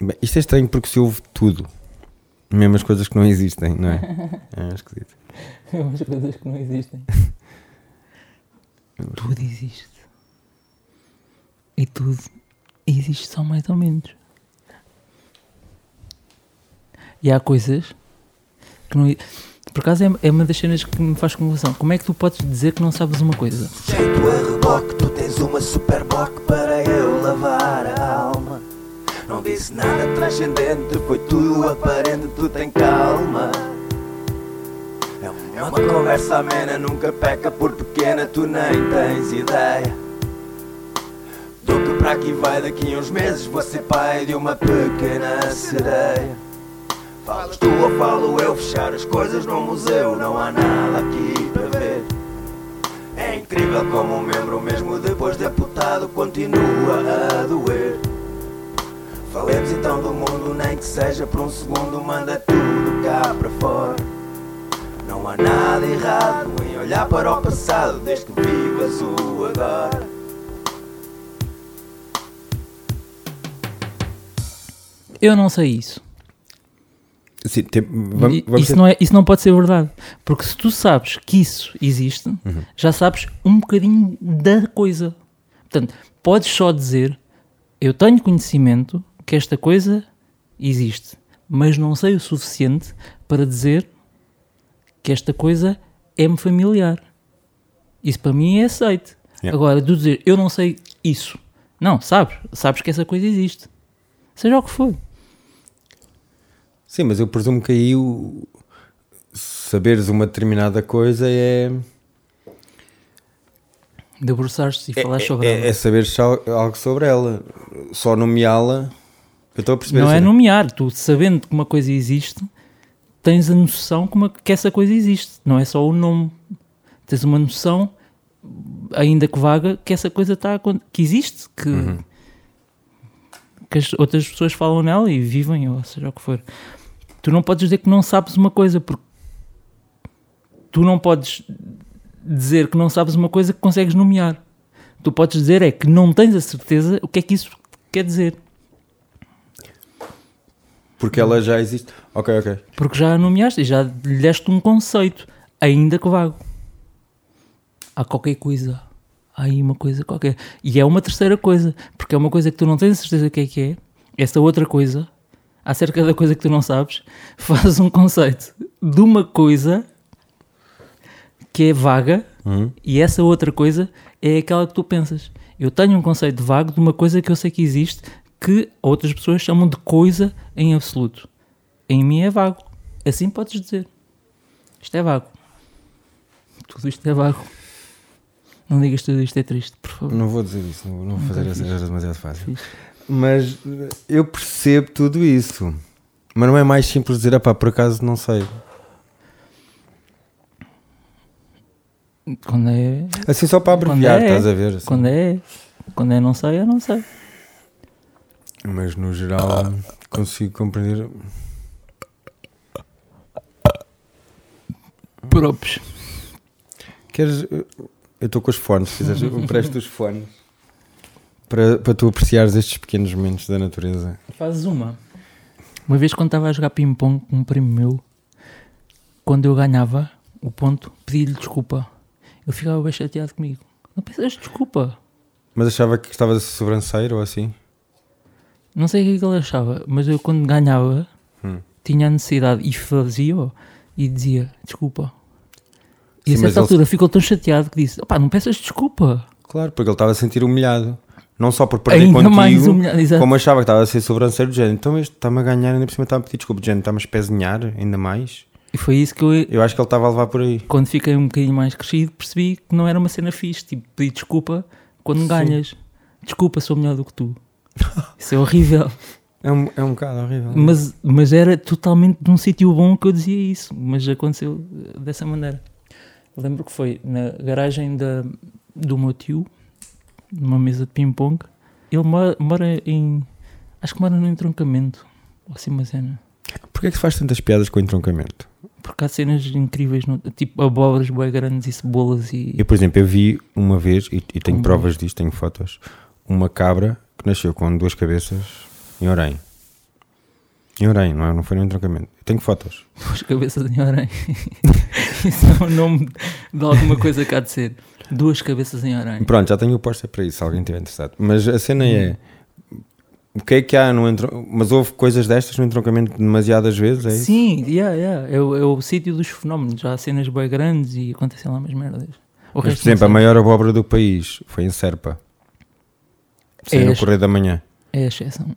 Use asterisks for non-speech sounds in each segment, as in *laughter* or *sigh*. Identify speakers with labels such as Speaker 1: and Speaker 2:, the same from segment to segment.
Speaker 1: Bem, isto é estranho porque se ouve tudo, mesmo as coisas que não existem,
Speaker 2: *laughs*
Speaker 1: não é? É esquisito.
Speaker 2: Umas coisas que não existem. tudo existe. E tudo existe só mais ou menos. E há coisas que não. Por acaso é, é uma das cenas que me faz confusão. Como é que tu podes dizer que não sabes uma coisa?
Speaker 3: Jeito a reboque, tu tens uma super boque para eu lavar a alma. Não disse nada transcendente, foi tudo aparente, tu tem calma. É uma, é uma conversa amena, nunca peca por pequena, tu nem tens ideia. Do que para aqui vai daqui a uns meses, vou ser pai de uma pequena sereia. Falas tu ou falo eu, fechar as coisas no museu, não há nada aqui para ver. É incrível como um membro, mesmo depois de amputado, continua a doer. Falemos então do mundo, nem que seja por um segundo, manda tudo cá para fora. Não há nada errado em olhar para o passado, desde que vivas o agora.
Speaker 2: Eu não sei isso.
Speaker 1: Sim, tem- vamos,
Speaker 2: E-
Speaker 1: vamos
Speaker 2: isso,
Speaker 1: ter-
Speaker 2: não é, isso não pode ser verdade. Porque se tu sabes que isso existe,
Speaker 1: Uhum.
Speaker 2: já sabes um bocadinho da coisa. Portanto, podes só dizer: Eu tenho conhecimento que esta coisa existe, mas não sei o suficiente para dizer que esta coisa é-me familiar. Isso para mim é aceito.
Speaker 1: Yeah.
Speaker 2: Agora, tu dizer: Eu não sei isso. Não, sabes, sabes que essa coisa existe. Seja o que for.
Speaker 1: Sim, mas eu presumo que aí o... saberes uma determinada coisa é.
Speaker 2: Debruçar-se e falar sobre ela.
Speaker 1: É, é saber algo sobre ela. Só nomeá-la. Eu estou a perceber.
Speaker 2: Não é
Speaker 1: assim.
Speaker 2: nomear, tu sabendo que uma coisa existe, tens a noção que, uma- que essa coisa existe, não é só o nome. Tens uma noção, ainda que vaga, que essa coisa está a acon- que existe, que,
Speaker 1: Uhum.
Speaker 2: que as outras pessoas falam nela e vivem, ou seja o que for. Tu não podes dizer que não sabes uma coisa, porque tu não podes dizer que não sabes uma coisa que consegues nomear. Tu podes dizer é que não tens a certeza o que é que isso quer dizer.
Speaker 1: Porque ela já existe. Ok, ok.
Speaker 2: Porque já a nomeaste e já lhe deste um conceito, ainda que vago. Há qualquer coisa. Há aí uma coisa qualquer. E é uma terceira coisa, porque é uma coisa que tu não tens a certeza o que é que é. Essa outra coisa, acerca da coisa que tu não sabes, *laughs* faz um conceito de uma coisa que é vaga e essa outra coisa é aquela que tu pensas. Eu tenho um conceito vago de uma coisa que eu sei que existe que outras pessoas chamam de coisa em absoluto. Em mim é vago. Assim podes dizer. Isto é vago. Tudo isto é vago. Não digas tudo isto é triste, por favor.
Speaker 1: Não vou dizer isso. Não, não vou fazer essa era demasiado fácil. Mas eh, eu percebo tudo isso. Mas não é mais simples dizer, ah pá, por acaso não sei.
Speaker 2: Quando é.
Speaker 1: Assim só para
Speaker 2: Quando
Speaker 1: abreviar,
Speaker 2: é.
Speaker 1: estás a ver? assim.
Speaker 2: Quando é. Quando é não sei, eu não sei.
Speaker 1: Mas no geral consigo compreender.
Speaker 2: Próprios.
Speaker 1: Queres. Eu estou com os fones, se quiseres, eu presto os fones. Para, para tu apreciares estes pequenos momentos da natureza.
Speaker 2: Fazes uma. Uma vez quando estava a jogar ping-pong com um primo meu, quando eu ganhava o ponto, pedi-lhe desculpa. Eu ficava bem chateado comigo. Não pensas desculpa.
Speaker 1: Mas achava que estavas a ser sobranceiro ou assim?
Speaker 2: Não sei o que é que ele achava, mas eu quando ganhava
Speaker 1: Hum.
Speaker 2: tinha a necessidade e fazia e dizia desculpa. E
Speaker 1: Sim, mas
Speaker 2: a certa
Speaker 1: ele-
Speaker 2: altura ficou tão chateado que disse: opá, não peças desculpa.
Speaker 1: Claro, porque ele estava a sentir humilhado. Não só por perder
Speaker 2: Ainda
Speaker 1: contigo,
Speaker 2: mais humilhado, exato.
Speaker 1: como achava que estava a ser sobranceiro do género. Então este está-me a ganhar, ainda por cima está-me a pedir desculpa do género, está-me a espezinhar ainda mais.
Speaker 2: E foi isso que eu,
Speaker 1: Eu acho que ele estava a levar por aí.
Speaker 2: quando fiquei um bocadinho mais crescido, percebi que não era uma cena fixe. Tipo, pedir desculpa quando ganhas. Desculpa, sou melhor do que tu. Isso é horrível.
Speaker 1: É um, é um bocado horrível.
Speaker 2: Mas, mas era totalmente de um sítio bom que eu dizia isso, mas aconteceu eh, dessa maneira. Lembro que foi na garagem da, do meu tio, numa mesa de ping-pong. Ele mora, mora em. Acho que mora no entroncamento, ou assim uma cena.
Speaker 1: Porquê é que se faz tantas piadas com o entroncamento?
Speaker 2: Porque há cenas incríveis, no- tipo abobras bem grandes e cebolas e.
Speaker 1: Eu, por exemplo, eu vi uma vez, e, e
Speaker 2: Uhum.
Speaker 1: tenho provas disto, tenho fotos, uma cabra que nasceu com duas cabeças em Orém. Em Orem, não, é? não foi no entroncamento. Eu tenho fotos.
Speaker 2: Duas cabeças em Orem. *laughs* Isso é o nome de alguma coisa que há de ser. Duas cabeças em Orem.
Speaker 1: Pronto, já tenho o póster para isso, se alguém estiver interessado. Mas a cena é.
Speaker 2: Uhum.
Speaker 1: O que é que há no entroncamento? Mas houve coisas destas no entroncamento demasiadas vezes, é isso?
Speaker 2: Sim, yeah, yeah. É, o, é o sítio dos fenómenos. Já há cenas bem grandes e acontecem lá umas merdas. O
Speaker 1: Mas, por
Speaker 2: resto não
Speaker 1: exemplo, a
Speaker 2: sei.
Speaker 1: maior abóbora do país foi em Serpa. Saiu no
Speaker 2: esta.
Speaker 1: Correio da Manhã.
Speaker 2: é a exceção.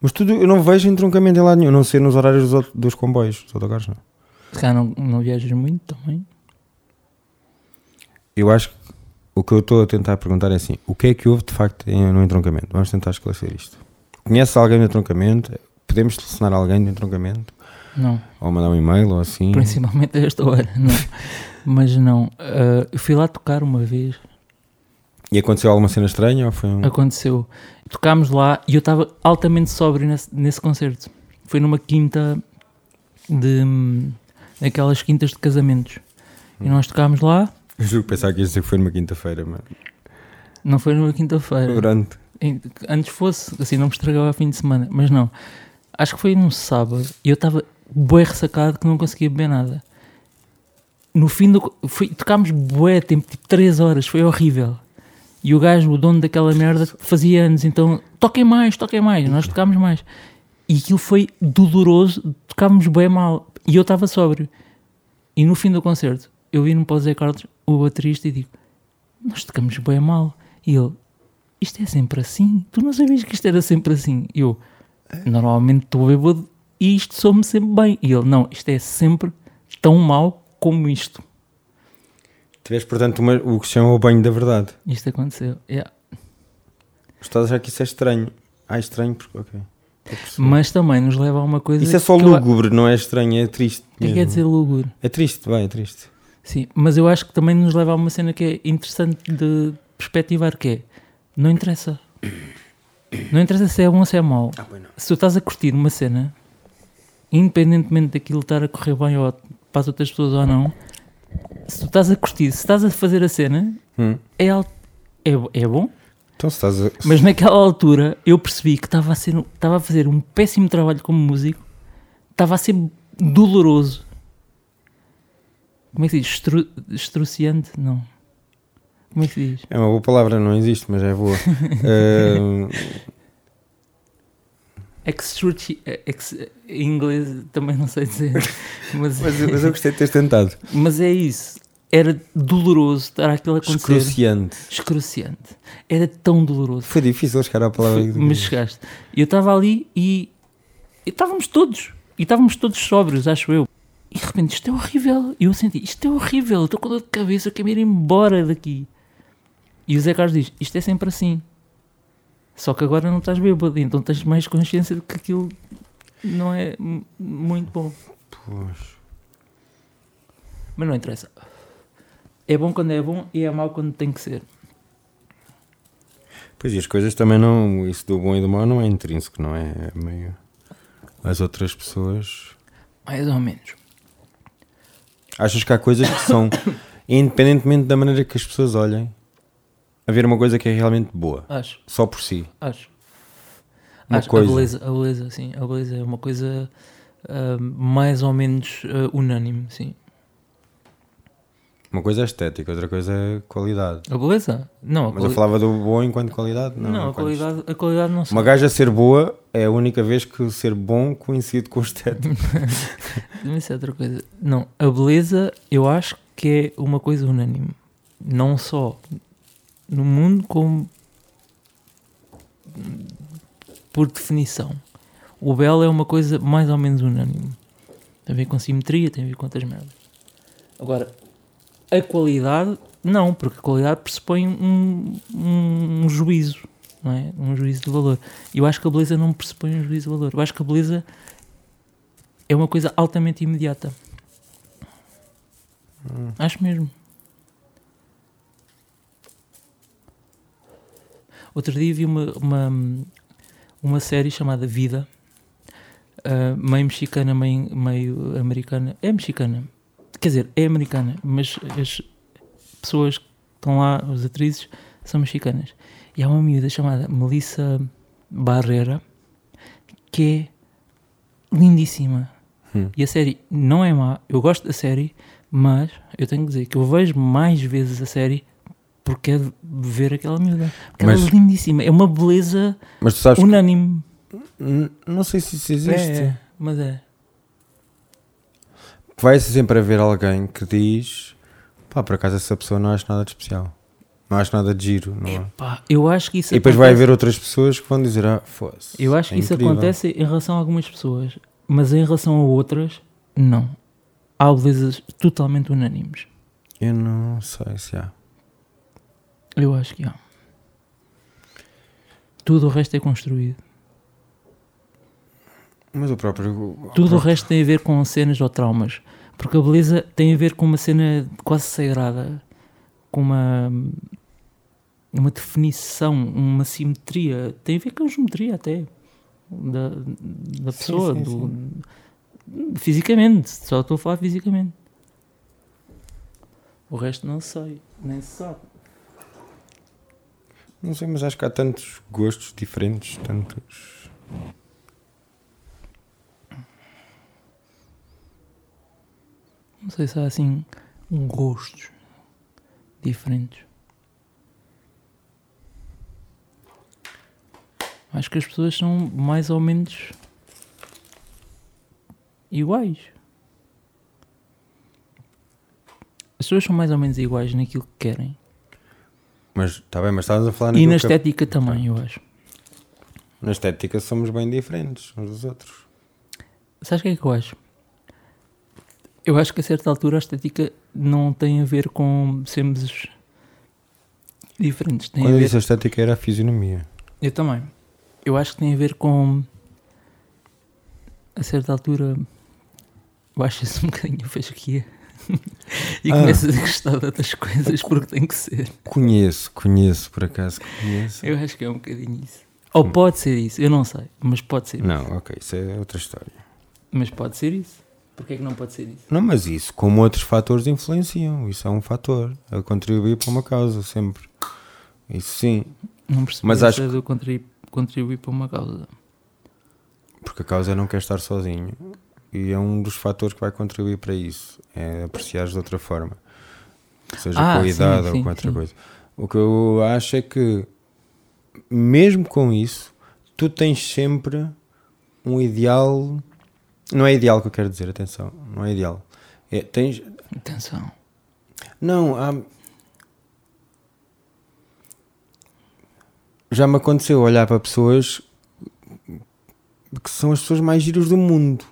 Speaker 1: Mas tudo, eu não vejo entroncamento em lado nenhum, a não ser nos horários dos, aut- dos comboios, dos autocarros, não. é?
Speaker 2: Se calhar não, não viajas muito também.
Speaker 1: Eu acho que o que eu estou a tentar perguntar é assim: o que é que houve de facto em- no entroncamento? Vamos tentar esclarecer isto. Conhece alguém no entroncamento? Podemos selecionar alguém no entroncamento?
Speaker 2: Não.
Speaker 1: Ou mandar um e-mail ou assim?
Speaker 2: Principalmente a esta hora,
Speaker 1: *laughs*
Speaker 2: não. Mas não. Ah, eu fui lá tocar uma vez.
Speaker 1: E aconteceu alguma cena estranha ou foi um.
Speaker 2: Aconteceu. Tocámos lá e eu estava altamente sóbrio nesse, nesse concerto. Foi numa quinta de. daquelas quintas de casamentos. E nós tocámos lá.
Speaker 1: Eu juro que pensava que isto foi numa quinta-feira, mas.
Speaker 2: Não foi numa quinta-feira.
Speaker 1: Durante.
Speaker 2: Em- Antes fosse, assim, não me estragava a fim de semana. Mas não. Acho que foi num sábado e eu estava bué ressacado que não conseguia beber nada. No fim do. co- Foi, tocámos bué tempo, tipo 3 horas, foi horrível. E o gajo, o dono daquela merda, fazia anos, então toquem mais, toquem mais, nós tocámos mais. E aquilo foi doloroso, tocámos bem mal. E eu estava sóbrio. E no fim do concerto, eu vi no Zé Carlos o baterista e digo: Nós tocamos bem mal. E ele: Isto é sempre assim? Tu não sabias que isto era sempre assim? E eu: Normalmente estou bêbado e isto soube-me sempre bem. E ele: Não, isto é sempre tão mal como isto.
Speaker 1: Tiveste, portanto, uma- o que se chama o banho da verdade.
Speaker 2: Isto aconteceu. Yeah.
Speaker 1: Estás a achar que isso é estranho? Ah, estranho porque. Ok. Estou a perceber.
Speaker 2: Mas também nos leva a uma coisa.
Speaker 1: Isso é só
Speaker 2: que eu-
Speaker 1: lúgubre, não é estranho, é triste.
Speaker 2: O que é que
Speaker 1: mesmo.
Speaker 2: quer dizer lúgubre?
Speaker 1: É triste, vai, é triste.
Speaker 2: Sim, mas eu acho que também nos leva a uma cena que é interessante de perspectivar, que é, não interessa. Não interessa se é bom ou se é mau. Se tu estás a curtir uma cena, independentemente daquilo estar a correr bem ou para as outras pessoas ou não, se tu estás a curtir, se estás a fazer a cena,
Speaker 1: Hum.
Speaker 2: é, al- é, bo- é bom.
Speaker 1: Então se estás a. se-
Speaker 2: Mas naquela altura eu percebi que estava a, ser, um- estava a fazer um péssimo trabalho como músico, estava a ser doloroso. Como é que se diz? Estru, estruciante? Não. Como é que se diz?
Speaker 1: É uma boa palavra, não existe, mas é boa.
Speaker 2: *laughs*
Speaker 1: Ahm,
Speaker 2: Extruci, é, ex, em inglês também não sei *laughs* dizer. Mas,
Speaker 1: mas, eu- mas eu gostei de teres tentado.
Speaker 2: mas é isso. Era doloroso estar aquilo a acontecer.
Speaker 1: Excruciante.
Speaker 2: Excruciante. Era tão doloroso.
Speaker 1: Foi difícil chegar à palavra.
Speaker 2: Foi-
Speaker 1: que tu
Speaker 2: mas
Speaker 1: dizes.
Speaker 2: chegaste. E Eu estava ali e e estávamos todos. E estávamos todos sóbrios, acho eu. E de repente, isto é horrível. E eu senti, isto é horrível. eu Estou com dor de cabeça, eu quero ir embora daqui. E o Zé Carlos diz, isto é sempre assim. Só que agora não estás bêbado, então tens mais consciência de que aquilo não é m- muito bom.
Speaker 1: Pois.
Speaker 2: Mas não interessa. É bom quando é bom e é mau quando tem que ser.
Speaker 1: Pois e as coisas também não. Isso do bom e do mau não é intrínseco, não é? É meio. As outras pessoas.
Speaker 2: Mais ou menos.
Speaker 1: Achas que há coisas que são. independentemente da maneira que as pessoas olhem, haver uma coisa que é realmente boa.
Speaker 2: Acho.
Speaker 1: Só por si.
Speaker 2: Acho.
Speaker 1: Uma
Speaker 2: Acho
Speaker 1: coisa.
Speaker 2: A beleza, a beleza, sim. A beleza é uma coisa ah, mais ou menos ah, unânime, sim.
Speaker 1: Uma coisa é estética, outra coisa é qualidade.
Speaker 2: A beleza? Não, a
Speaker 1: Mas eu
Speaker 2: quali-
Speaker 1: falava do bom enquanto qualidade? Não,
Speaker 2: Não,
Speaker 1: é
Speaker 2: a,
Speaker 1: enquanto
Speaker 2: qualidade, a qualidade não sei.
Speaker 1: Uma gaja ser boa é a única vez que ser bom coincide com estética.
Speaker 2: *laughs* Mas Isso é outra coisa. Não, a beleza eu acho que é uma coisa unânime. Não só no mundo, como por definição. O belo é uma coisa mais ou menos unânime. Tem a ver com simetria, tem a ver com outras merdas. Agora, a qualidade, não, porque a qualidade pressupõe um, um, um juízo, não é? Um juízo de valor. E eu acho que a beleza não pressupõe um juízo de valor. Eu acho que a beleza é uma coisa altamente imediata. Acho mesmo. Outro dia vi uma, uma, uma série chamada Vida, ah, meio mexicana, meio, meio americana. É mexicana, quer dizer, é americana, mas as pessoas que estão lá, as atrizes, são mexicanas. E há uma miúda chamada Melissa Barrera que é lindíssima. E a série não é má, eu gosto da série, mas eu tenho que dizer que eu vejo mais vezes a série porque é de ver aquela miúda. Porque ela
Speaker 1: Mas-
Speaker 2: é lindíssima, é uma beleza
Speaker 1: Mas tu sabes
Speaker 2: unânime.
Speaker 1: que. N- Não sei se isso existe.
Speaker 2: É, é, mas é.
Speaker 1: Vai sempre haver alguém que diz: pá, por acaso essa pessoa não acha nada de especial. Não acha nada de giro. Não é?
Speaker 2: Pá, eu acho que isso
Speaker 1: E depois vai
Speaker 2: acontece-
Speaker 1: haver outras pessoas que vão dizer: ah, foda-se.
Speaker 2: Eu acho
Speaker 1: é
Speaker 2: que isso
Speaker 1: incrível."
Speaker 2: acontece em relação a algumas pessoas, mas em relação a outras, não. Há belezas totalmente unânimes.
Speaker 1: Eu não sei se há.
Speaker 2: Eu acho que há. Tudo o resto é construído.
Speaker 1: Mas o próprio.
Speaker 2: Tudo o resto tem a ver com cenas ou traumas. Porque a beleza tem a ver com uma cena quase sagrada, com uma, uma definição, uma simetria. Tem a ver com a geometria até da, da
Speaker 1: Sim,
Speaker 2: pessoa,
Speaker 1: sim,
Speaker 2: do- fisicamente. Só estou a falar fisicamente. O resto não sei, nem se sabe.
Speaker 1: Não sei, mas acho que há tantos gostos diferentes, tantos.
Speaker 2: Não sei se há assim gostos diferentes. Acho que as pessoas são mais ou menos iguais. As pessoas são mais ou menos iguais naquilo que querem.
Speaker 1: Mas está bem, mas estás a falar
Speaker 2: e
Speaker 1: naquilo
Speaker 2: na
Speaker 1: que-
Speaker 2: estética também, eu acho.
Speaker 1: na estética somos bem diferentes uns dos outros.
Speaker 2: Sabes o que é que eu acho? Eu acho que a certa altura a estética não tem a ver com sermos diferentes. Tem a
Speaker 1: Quando eu
Speaker 2: ver
Speaker 1: disse a estética era a fisionomia.
Speaker 2: Eu também. Eu acho que tem a ver com. A certa altura. Baixa-se um bocadinho a fasquia. *laughs* e
Speaker 1: Ah.
Speaker 2: começas a gostar de outras coisas porque tem que ser.
Speaker 1: Conheço, conheço, por acaso conheço.
Speaker 2: Eu acho que é um bocadinho isso. Ou pode ser isso, eu não sei, mas pode ser.
Speaker 1: Não, ok, isso é outra história.
Speaker 2: Mas pode ser isso. Porquê é que não pode ser isso?
Speaker 1: Não, mas isso, como outros fatores influenciam, isso é um fator a contribuir para uma causa, sempre. Isso sim,
Speaker 2: Não percebi
Speaker 1: Mas
Speaker 2: se
Speaker 1: acho
Speaker 2: és eu contribuir, contribuir para uma causa.
Speaker 1: porque a causa é não quer estar sozinho e é um dos fatores que vai contribuir para isso, é apreciar de outra forma, seja
Speaker 2: Ah,
Speaker 1: com a
Speaker 2: sim,
Speaker 1: idade ou
Speaker 2: sim,
Speaker 1: com outra
Speaker 2: sim.
Speaker 1: coisa. O que eu acho é que, mesmo com isso, tu tens sempre um ideal. Não é ideal que eu quero dizer, atenção, não é ideal. É, tens,
Speaker 2: Atenção.
Speaker 1: não, ah, há... Já me aconteceu olhar para pessoas que são as pessoas mais giras do mundo.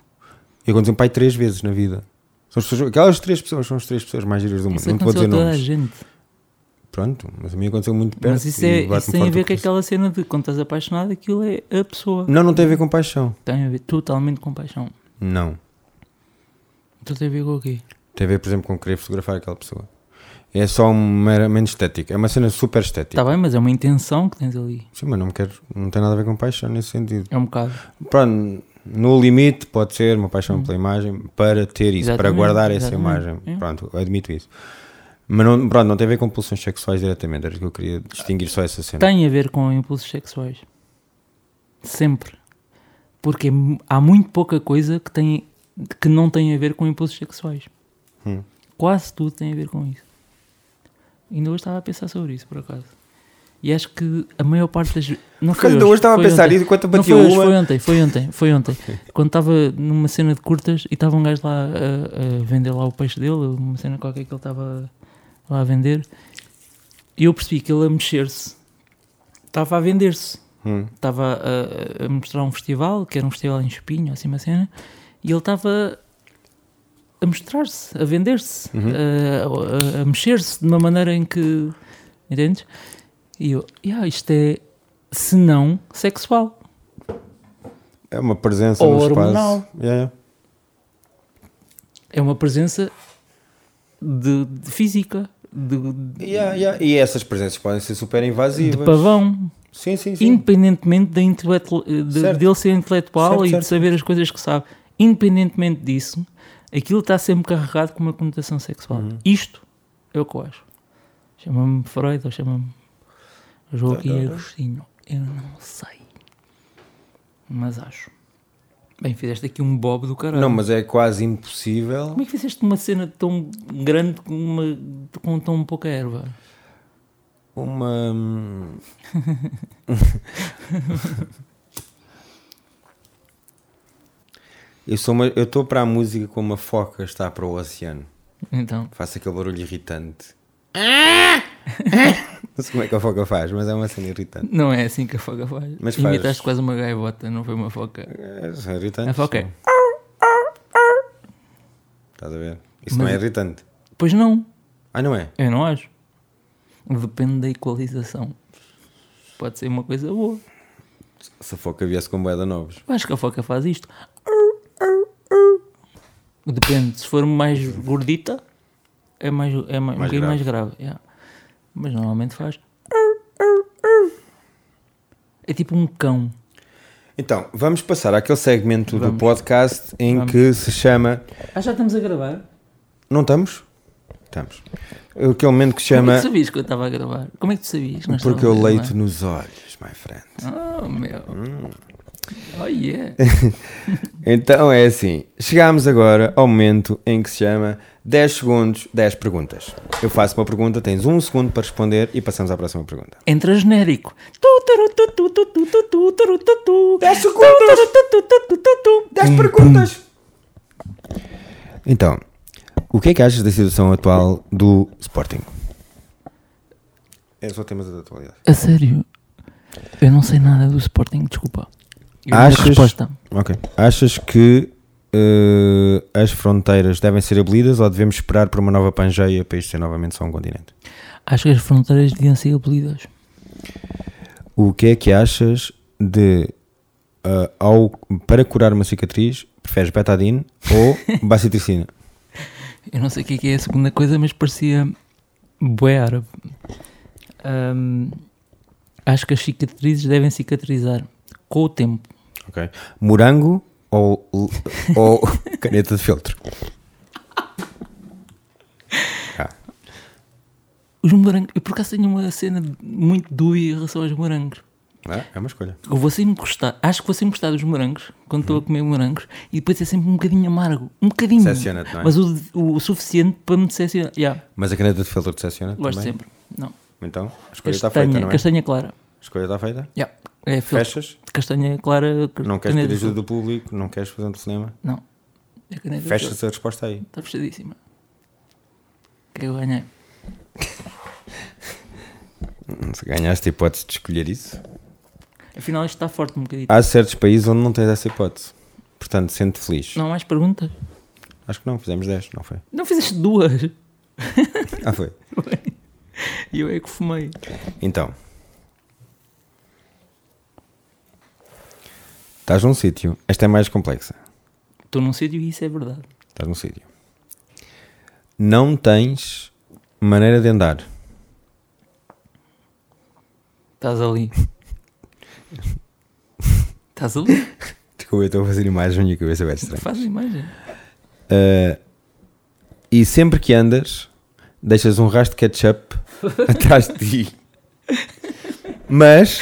Speaker 1: E aconteceu pai três vezes na vida. São as pessoas- Aquelas três pessoas são as três pessoas mais giras do mundo.
Speaker 2: Isso
Speaker 1: Não te vou
Speaker 2: aconteceu
Speaker 1: dizer
Speaker 2: a toda a
Speaker 1: nomes.
Speaker 2: gente.
Speaker 1: Pronto, mas a mim aconteceu muito perto.
Speaker 2: mas isso,
Speaker 1: e
Speaker 2: é,
Speaker 1: bate-me
Speaker 2: isso tem a
Speaker 1: forte o
Speaker 2: ver com
Speaker 1: coração.
Speaker 2: aquela cena de quando estás apaixonado, aquilo é a pessoa.
Speaker 1: Não, não tem a ver com paixão.
Speaker 2: Tem a ver totalmente com paixão.
Speaker 1: Não.
Speaker 2: Então tem a ver com o quê?
Speaker 1: Tem a ver, por exemplo, com querer fotografar aquela pessoa. É só um meramente estético. É uma cena super estética.
Speaker 2: Está bem, mas é uma intenção que tens ali.
Speaker 1: Sim, mas não, me quero, não tem nada a ver com paixão nesse sentido.
Speaker 2: É um bocado.
Speaker 1: Pronto, no limite pode ser uma paixão pela imagem para ter isso, para
Speaker 2: Hum. Exatamente,
Speaker 1: guardar essa
Speaker 2: exatamente,
Speaker 1: imagem.
Speaker 2: é.
Speaker 1: Pronto, admito isso. Mas não, pronto, não tem a ver com pulsões sexuais diretamente, era o que eu queria distinguir só essa cena.
Speaker 2: Tem a ver com impulsos sexuais. Sempre. Porque m- há muito pouca coisa que, tem, que não tem a ver com impulsos sexuais.
Speaker 1: Hum.
Speaker 2: Quase tudo tem a ver com isso. Ainda hoje estava a pensar sobre isso, por acaso. E acho que a maior parte das. Não foi
Speaker 1: Ainda hoje estava a
Speaker 2: foi
Speaker 1: pensar
Speaker 2: ontem.
Speaker 1: isso enquanto eu
Speaker 2: Não
Speaker 1: bati
Speaker 2: foi hoje,
Speaker 1: Então uma.
Speaker 2: foi ontem, foi ontem, foi ontem. *laughs* Quando estava numa cena de curtas e estava um gajo lá a, a vender lá o peixe dele, uma cena qualquer que ele estava lá a vender, e eu percebi que ele a mexer-se estava a vender-se.
Speaker 1: Hum.
Speaker 2: Estava a- a, a mostrar um festival, que era um festival em Espinho, assim uma cena, e ele estava a mostrar-se, a vender-se, a, a- a mexer-se de uma maneira em que. Entendes? E eu, "Ya, isto é, se não, sexual.
Speaker 1: É uma presença
Speaker 2: Ou
Speaker 1: no
Speaker 2: hormonal.
Speaker 1: espaço. é. Yeah, yeah.
Speaker 2: É uma presença de, de física, de, de
Speaker 1: Yeah, yeah. E essas presenças podem ser super invasivas.
Speaker 2: pavão,
Speaker 1: Sim, sim, sim.
Speaker 2: independentemente da intelectu- de-
Speaker 1: Certo.
Speaker 2: dele ser intelectual
Speaker 1: Certo,
Speaker 2: e
Speaker 1: certo.
Speaker 2: de saber as coisas que sabe. Independentemente disso, aquilo está sempre carregado com uma conotação sexual.
Speaker 1: Uhum.
Speaker 2: Isto é o que eu acho. Chama-me Freud ou chama-me Joaquim Agostinho. Eu não sei. Mas acho. Bem, fizeste aqui um bob do caralho.
Speaker 1: Não, mas é quase impossível.
Speaker 2: Como é que fizeste uma cena tão grande com, uma, com tão pouca erva?
Speaker 1: Uma. hum, *laughs* eu sou uma- eu estou para a música como a foca está para o oceano.
Speaker 2: Então,
Speaker 1: Faço aquele barulho irritante. *laughs* Não sei como é que a foca faz, mas é uma cena irritante.
Speaker 2: não é assim que a foca faz.
Speaker 1: Mas faz.
Speaker 2: Imitaste quase uma gaivota, não foi uma foca.
Speaker 1: É, são irritantes.
Speaker 2: A foca é.
Speaker 1: são. Estás a ver? Isso não
Speaker 2: Mas-
Speaker 1: é irritante.
Speaker 2: Pois não,
Speaker 1: Ah, não é?
Speaker 2: eu não acho. Depende da equalização. Pode ser uma coisa boa.
Speaker 1: Se a foca viesse com boeda novos.
Speaker 2: Eu acho que a foca faz isto. Depende, se for mais gordita, é, mais, é mais,
Speaker 1: Mais
Speaker 2: um bocadinho
Speaker 1: grave.
Speaker 2: mais grave. yeah. Mas normalmente faz. É tipo um cão.
Speaker 1: Então, vamos passar àquele segmento do
Speaker 2: Vamos.
Speaker 1: podcast em que se chama.
Speaker 2: Ah, já estamos a gravar?
Speaker 1: Não estamos? Estamos. Aquele momento que se
Speaker 2: Como é
Speaker 1: chama.
Speaker 2: que tu sabias que eu estava a gravar? Como é que tu sabias? que nós
Speaker 1: Porque eu
Speaker 2: estávamos a
Speaker 1: leito
Speaker 2: gravar?
Speaker 1: nos olhos, my friend.
Speaker 2: Oh, meu.
Speaker 1: Hum.
Speaker 2: Oh, yeah.
Speaker 1: Então é assim, chegámos agora ao momento em que se chama 10 segundos, 10 perguntas. Eu faço uma pergunta, tens um segundo para responder e passamos à próxima pergunta.
Speaker 2: Entra genérico. Tu, taru, tu, tu, tu, tu, tu, tu, taru, tu, tu.
Speaker 1: Dez
Speaker 2: Tu,
Speaker 1: segundos.
Speaker 2: taru, tu, tu, tu, tu, tu, tu.
Speaker 1: 10 perguntas! Então, o que é que achas da situação atual do Sporting? É só temas da atualidade.
Speaker 2: A sério, eu não sei nada do Sporting, desculpa. Eu
Speaker 1: Achas-
Speaker 2: dei a resposta.
Speaker 1: Ok. Achas que eh, as fronteiras devem ser abolidas ou devemos esperar por uma nova Pangeia para isto ser novamente só um continente?
Speaker 2: Acho que as fronteiras deviam ser abolidas.
Speaker 1: O que é que achas de ah, ao, para curar uma cicatriz, preferes betadine *laughs* ou bacitricina?
Speaker 2: Eu não sei o que é, que é a segunda coisa, mas parecia bué árabe. Ahm, acho que as cicatrizes devem cicatrizar com o tempo.
Speaker 1: Ok. Morango ou, ou *laughs* caneta de feltro? Ah,
Speaker 2: Os morangos, eu por acaso tenho uma cena muito dúbia em relação aos morangos.
Speaker 1: é- é uma escolha.
Speaker 2: Eu vou sempre gostar, acho que vou sempre gostar dos morangos, quando estou a
Speaker 1: Hum.
Speaker 2: comer morangos, e depois é sempre um bocadinho amargo. Um bocadinho.
Speaker 1: Decepciona-te, não é?
Speaker 2: Mas o, o suficiente para me decepcionar. Yeah,
Speaker 1: Mas a caneta de feltro decepciona
Speaker 2: gosto
Speaker 1: também?
Speaker 2: sempre. Não.
Speaker 1: Então, a escolha está feita,
Speaker 2: Castanha,
Speaker 1: não é?
Speaker 2: castanha clara.
Speaker 1: A escolha está feita.
Speaker 2: Yeah. É filtro.
Speaker 1: Fechas?
Speaker 2: Castanha clara. ca-
Speaker 1: Não queres
Speaker 2: caneta
Speaker 1: ter
Speaker 2: azul.
Speaker 1: ajuda do público? Não queres fazer um cinema?
Speaker 2: Não. É caneta azul.
Speaker 1: Fechas a resposta aí.
Speaker 2: Está fechadíssima. Que eu ganhei.
Speaker 1: Se ganhaste a hipótese de escolher isso?
Speaker 2: Afinal, isto está forte um bocadinho.
Speaker 1: Há certos países onde não tens essa hipótese. Portanto, sente feliz.
Speaker 2: Não há mais perguntas?
Speaker 1: Acho que não, fizemos 10, não foi?
Speaker 2: Não fizeste duas. *laughs* E
Speaker 1: Ah, foi.
Speaker 2: eu é que fumei.
Speaker 1: Então. Estás num sítio. Esta é mais complexa.
Speaker 2: Estou num sítio e isso é verdade.
Speaker 1: Estás num sítio. Não tens maneira de andar.
Speaker 2: Estás ali. Estás ali.
Speaker 1: Desculpa, eu estou a fazer imagens na minha cabeça, é estranho.
Speaker 2: Faz a imagem.
Speaker 1: Ah, e sempre que andas, deixas um rastro de ketchup atrás de ti. Mas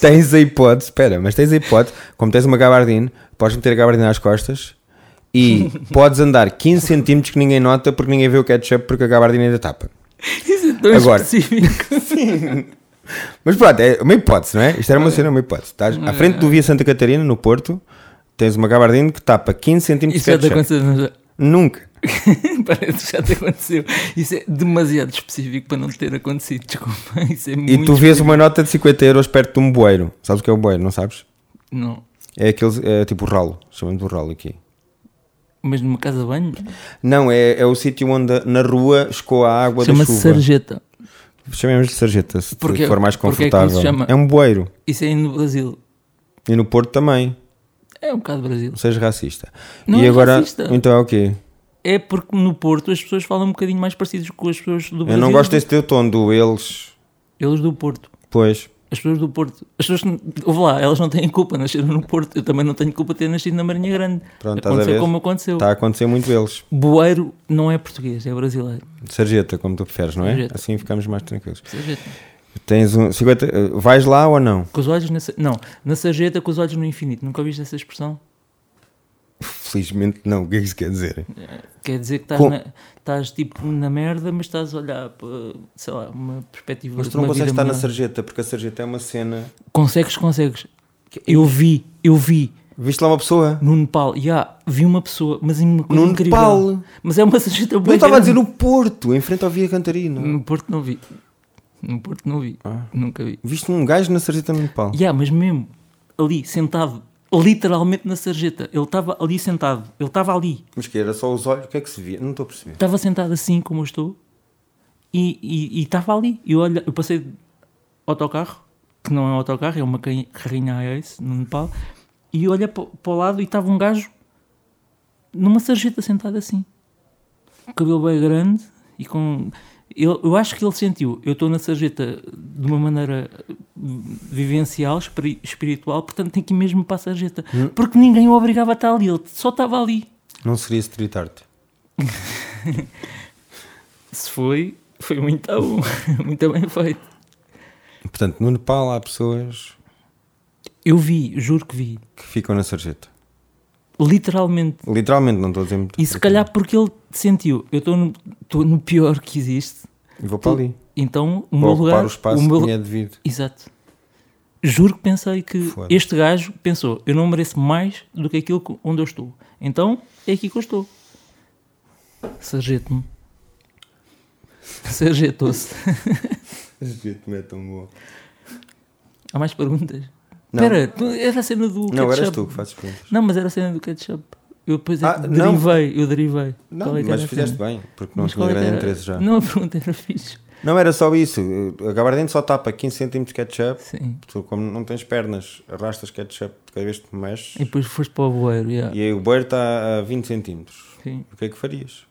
Speaker 1: tens a hipótese, espera, mas tens a hipótese, como tens uma gabardine, podes meter a gabardine às costas e podes andar 15 centímetros que ninguém nota porque ninguém vê o ketchup porque a gabardine ainda tapa.
Speaker 2: Isso é tão
Speaker 1: Agora.
Speaker 2: específico.
Speaker 1: Mas pronto, é uma hipótese, não é? Isto era uma cena, uma hipótese. Estás à frente do Via Santa Catarina, no Porto, tens uma gabardine que tapa 15 centímetros
Speaker 2: Isso é
Speaker 1: de
Speaker 2: já te
Speaker 1: ketchup.
Speaker 2: aconteceu. não já? *laughs*
Speaker 1: Nunca.
Speaker 2: Parece que já te aconteceu. Isso é demasiado específico para não ter acontecido. Desculpa. *laughs* Isso é
Speaker 1: E
Speaker 2: muito.
Speaker 1: tu vês uma nota de 50 euros perto de um bueiro. Sabes o que é o bueiro, não sabes?
Speaker 2: Não.
Speaker 1: É aquele, é tipo o ralo, chamamos de ralo aqui.
Speaker 2: Mas numa casa de banho?
Speaker 1: Não, é, é o sítio onde na rua escoa a água da chuva.
Speaker 2: Chama-se sarjeta.
Speaker 1: Chamemos de sarjeta, se
Speaker 2: Porquê-
Speaker 1: for mais
Speaker 2: porquê é que
Speaker 1: confortável.
Speaker 2: isso se chama?
Speaker 1: É um bueiro.
Speaker 2: Isso é no Brasil.
Speaker 1: E no Porto também.
Speaker 2: É um bocado Brasil.
Speaker 1: Não sejas racista.
Speaker 2: Não
Speaker 1: e
Speaker 2: é
Speaker 1: agora,
Speaker 2: racista.
Speaker 1: então é o quê?
Speaker 2: É porque no Porto as pessoas falam um bocadinho mais parecidos com as pessoas do Brasil.
Speaker 1: Eu não gosto desse teu tom do eles.
Speaker 2: Eles do Porto.
Speaker 1: Pois.
Speaker 2: As pessoas do Porto. As pessoas. que- Ouve lá, elas não têm culpa, nasceram no Porto. Eu também não tenho culpa de ter nascido na Marinha Grande.
Speaker 1: Pronto, estás a
Speaker 2: aconteceu
Speaker 1: ver?
Speaker 2: como aconteceu.
Speaker 1: Está tá a acontecer muito eles.
Speaker 2: Boeiro não é português, é brasileiro.
Speaker 1: Sarjeta, como tu preferes, não é?
Speaker 2: Sarjeta.
Speaker 1: Assim ficamos mais tranquilos.
Speaker 2: Sarjeta.
Speaker 1: Tens um. 50, eh, vais lá ou não?
Speaker 2: Com os olhos na. sa- Não, na sarjeta com os olhos no infinito. Nunca ouviste essa expressão?
Speaker 1: Felizmente não, o que é que isso quer dizer?
Speaker 2: Quer dizer que estás,
Speaker 1: Com-
Speaker 2: na- estás, tipo na merda, mas estás a olhar para, sei lá, uma perspectiva
Speaker 1: Mas
Speaker 2: de
Speaker 1: tu não
Speaker 2: uma vida
Speaker 1: consegues estar na
Speaker 2: melhor.
Speaker 1: sarjeta, porque a sarjeta é uma cena.
Speaker 2: Consegues, consegues. Eu vi, eu vi
Speaker 1: Viste lá uma pessoa?
Speaker 2: no Nepal, já vi uma pessoa, mas é uma coisa
Speaker 1: No
Speaker 2: incrível.
Speaker 1: Nepal?
Speaker 2: Mas é uma sarjeta
Speaker 1: Eu
Speaker 2: bué
Speaker 1: estava a
Speaker 2: grande.
Speaker 1: dizer no Porto, em frente ao Via Cantarino.
Speaker 2: No Porto não vi. No Porto não vi.
Speaker 1: Ah.
Speaker 2: Nunca vi.
Speaker 1: Viste um gajo na sarjeta no Nepal.
Speaker 2: Ya, mas mesmo ali, sentado, literalmente na sarjeta. Ele estava ali sentado. Ele estava ali.
Speaker 1: Mas que era só os olhos, o que é que se via? Não estou a perceber.
Speaker 2: Estava sentado assim como eu estou. E- E e estava ali. Eu, olha, eu passei de autocarro, que não é um autocarro, é uma carri- carrinha a esse, no Nepal. E eu olhei para, o lado e estava um gajo numa sarjeta sentado assim. O cabelo bem grande e com... Eu, eu acho que ele sentiu, eu estou na sarjeta de uma maneira hum, vivencial, espiri- espiritual, portanto tem que ir mesmo para a sarjeta. Porque ninguém o obrigava a estar ali, ele só estava ali.
Speaker 1: Não seria street art.
Speaker 2: Se foi, foi muito bom, *laughs* muito bem feito.
Speaker 1: Portanto, no Nepal há pessoas
Speaker 2: Eu vi, juro que vi,
Speaker 1: que ficam na sarjeta.
Speaker 2: literalmente.
Speaker 1: Literalmente, não estou a dizer muito.
Speaker 2: E se
Speaker 1: por
Speaker 2: calhar porque ele sentiu, eu estou no, estou no pior que existe,
Speaker 1: acaso. E vou para ali.
Speaker 2: então o
Speaker 1: Vou
Speaker 2: meu
Speaker 1: ocupar
Speaker 2: lugar.
Speaker 1: o espaço
Speaker 2: o meu-
Speaker 1: que me é devido.
Speaker 2: Exato. Juro que pensei que
Speaker 1: Foda-se.
Speaker 2: este gajo pensou, eu não mereço mais do que aquilo que- onde eu estou. Então é aqui que eu estou. *laughs* Sarjeto-me. Sarjetou-se.
Speaker 1: Não é tão bom.
Speaker 2: Há mais perguntas?
Speaker 1: Não.
Speaker 2: Espera, tu- era a cena do.
Speaker 1: Não, eras
Speaker 2: ketchup.
Speaker 1: tu que fazes perguntas.
Speaker 2: Não, mas era a cena do ketchup. Eu depois é
Speaker 1: Ah,
Speaker 2: que
Speaker 1: não.
Speaker 2: derivei, eu derivei.
Speaker 1: Não,
Speaker 2: Qual é que
Speaker 1: mas
Speaker 2: era a
Speaker 1: fizeste
Speaker 2: cena?
Speaker 1: bem, porque não
Speaker 2: Mas
Speaker 1: tinha
Speaker 2: qual é que
Speaker 1: grande
Speaker 2: era?
Speaker 1: interesse já. Não.
Speaker 2: Não, a pergunta era fixe.
Speaker 1: era só isso. A gabardina só tapa 15 cm de ketchup.
Speaker 2: Sim.
Speaker 1: Tu, como não tens pernas, arrastas ketchup cada vez que te mexes.
Speaker 2: E depois foste para o voeiro, yeah.
Speaker 1: E aí o beiro está a 20 cm.
Speaker 2: Sim.
Speaker 1: O que é que farias?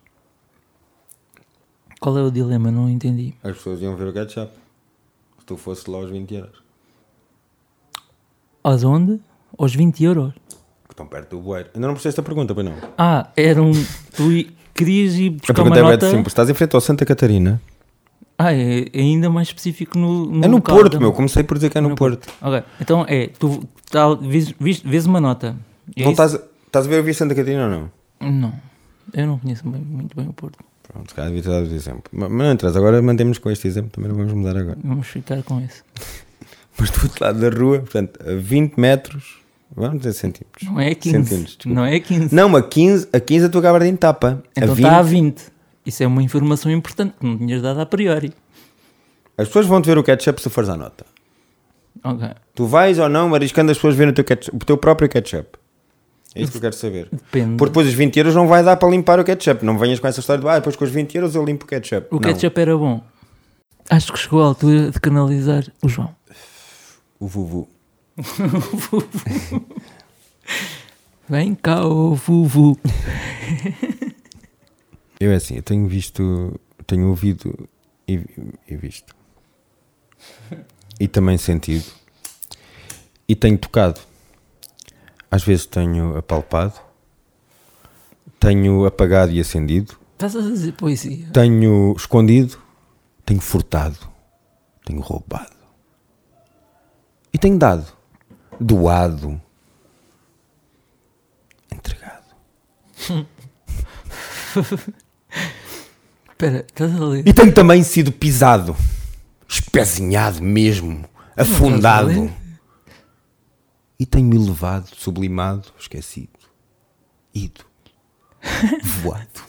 Speaker 2: Qual é o dilema? Não entendi.
Speaker 1: As pessoas iam ver o ketchup. Se tu fosse lá aos 20 euros.
Speaker 2: Às onde? Aos 20 euros.
Speaker 1: Que estão perto do bueiro. Ainda não percebeste esta pergunta, pois não? A
Speaker 2: Ah, era um. *laughs* Tu i- querias ir buscar uma
Speaker 1: pergunta é bem
Speaker 2: nota.
Speaker 1: simples. Estás em frente ao Santa Catarina?
Speaker 2: Ah, é é ainda mais específico no. no
Speaker 1: é no
Speaker 2: local,
Speaker 1: Porto,
Speaker 2: então.
Speaker 1: meu. Comecei por dizer que é no, Porto.
Speaker 2: Ok, então é. Tu tá, vês, vês- vês uma nota. É
Speaker 1: Não tá-
Speaker 2: isso?
Speaker 1: Então estás, estás a ver o Via Santa Catarina ou não?
Speaker 2: Não. Eu não conheço bem- muito bem o Porto.
Speaker 1: Pronto, se calhar devia ter dado o exemplo. Mas mas não interessa, agora mantemos com este exemplo, também não vamos mudar agora.
Speaker 2: Vamos ficar com esse.
Speaker 1: Mas do outro lado da rua, portanto, a 20 metros, vamos dizer centímetros.
Speaker 2: Não é 15.
Speaker 1: Centímetros, desculpa.
Speaker 2: não é 15.
Speaker 1: Não, a 15, a 15 a tua gabardina tapa.
Speaker 2: Então
Speaker 1: a 20,
Speaker 2: está a 20. Isso é uma informação importante que não tinhas dado a priori.
Speaker 1: as pessoas vão te ver o ketchup se fores à nota.
Speaker 2: Ok.
Speaker 1: Tu vais ou não arriscando as pessoas verem o teu, ketchup- o teu próprio ketchup. É isso que eu quero saber.
Speaker 2: Depende.
Speaker 1: Porque depois os 20 euros não vai dar para limpar o ketchup. Não venhas com essa história de ah, depois com os 20 euros eu limpo o ketchup.
Speaker 2: O
Speaker 1: Não.
Speaker 2: ketchup era bom. Acho que chegou a altura de canalizar o João.
Speaker 1: O Vuvu.
Speaker 2: Vem cá, ô Vuvu.
Speaker 1: Eu é assim, eu tenho visto, tenho ouvido e, e visto. E também sentido. E tenho tocado. Às vezes tenho apalpado. Tenho apagado e acendido.
Speaker 2: Estás a dizer poesia?
Speaker 1: Tenho escondido. Tenho furtado. Tenho roubado. E tenho dado. Doado. Entregado.
Speaker 2: Espera, estás a ler?
Speaker 1: E tenho também sido pisado, espezinhado mesmo, afundado.
Speaker 2: ler?
Speaker 1: E tenho-me elevado, sublimado, esquecido, ido, voado.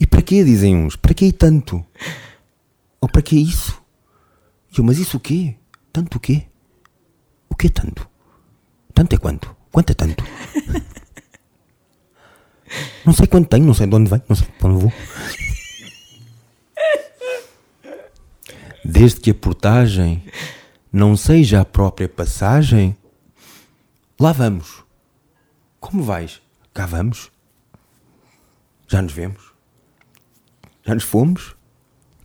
Speaker 1: E para quê, dizem uns? Para que tanto? Ou para que isso? E eu, mas isso o quê? Tanto o quê? O que é tanto? Tanto é quanto? Quanto é tanto? Não sei quanto tenho, não sei de onde vem, não sei para onde vou. Desde que a portagem não seja a própria passagem, lá vamos. Como vais? Cá vamos. Já nos vemos. Já nos fomos.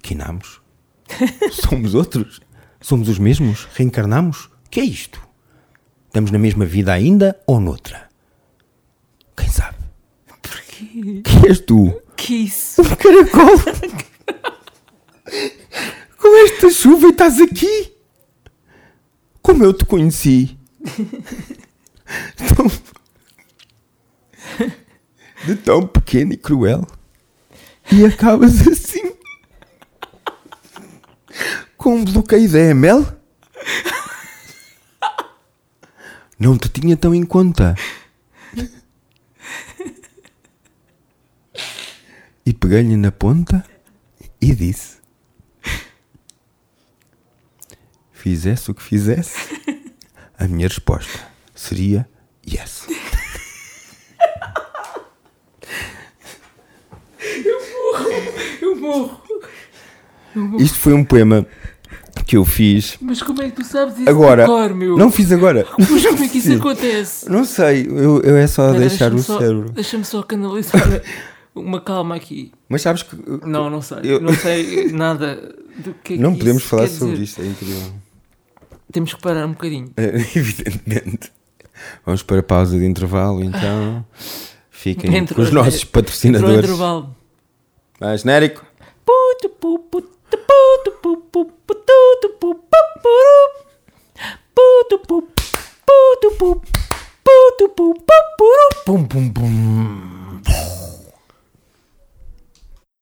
Speaker 1: Quinamos. Somos outros. Somos os mesmos. Reencarnamos. Que é isto? Estamos na mesma vida ainda ou noutra? Quem sabe?
Speaker 2: Porquê?
Speaker 1: Que és tu?
Speaker 2: Que isso?
Speaker 1: Um caracol! Com esta chuva e estás aqui! Como eu te conheci! Então, de tão pequeno e cruel e acabas assim com um bloqueio da ML? Não te tinha tão em conta. E peguei-lhe na ponta e disse: Fizesse o que fizesse, a minha resposta seria yes.
Speaker 2: Eu morro.
Speaker 1: Isto foi um poema que eu fiz
Speaker 2: Mas como é que tu sabes isso
Speaker 1: agora.
Speaker 2: de cor, meu?
Speaker 1: Não fiz agora.
Speaker 2: *laughs* Mas como é que isso
Speaker 1: Sim.
Speaker 2: acontece?
Speaker 1: Não sei, eu, eu é só
Speaker 2: Espera,
Speaker 1: deixar
Speaker 2: deixa-me
Speaker 1: o
Speaker 2: só-
Speaker 1: cérebro.
Speaker 2: Deixa-me só canalizar *laughs* uma calma aqui.
Speaker 1: Mas sabes que.
Speaker 2: Não, não sei.
Speaker 1: Eu-
Speaker 2: Não sei nada do que é que
Speaker 1: Não
Speaker 2: isso
Speaker 1: podemos falar
Speaker 2: quer
Speaker 1: sobre
Speaker 2: dizer.
Speaker 1: isto, é incrível.
Speaker 2: Temos que parar um bocadinho.
Speaker 1: É, *laughs* Evidentemente. Vamos para a pausa de intervalo, então. Fiquem
Speaker 2: Entre-
Speaker 1: com os nossos
Speaker 2: Entrou o
Speaker 1: patrocinadores.
Speaker 2: intervalo.
Speaker 1: Ah, genérico.
Speaker 2: Putu, pu, putu, putu, pu, pu, putu, tu, pu, pu, puru. Putu, pu, putu, pu, putu, pu, pu, puru. Pum, pum, pum.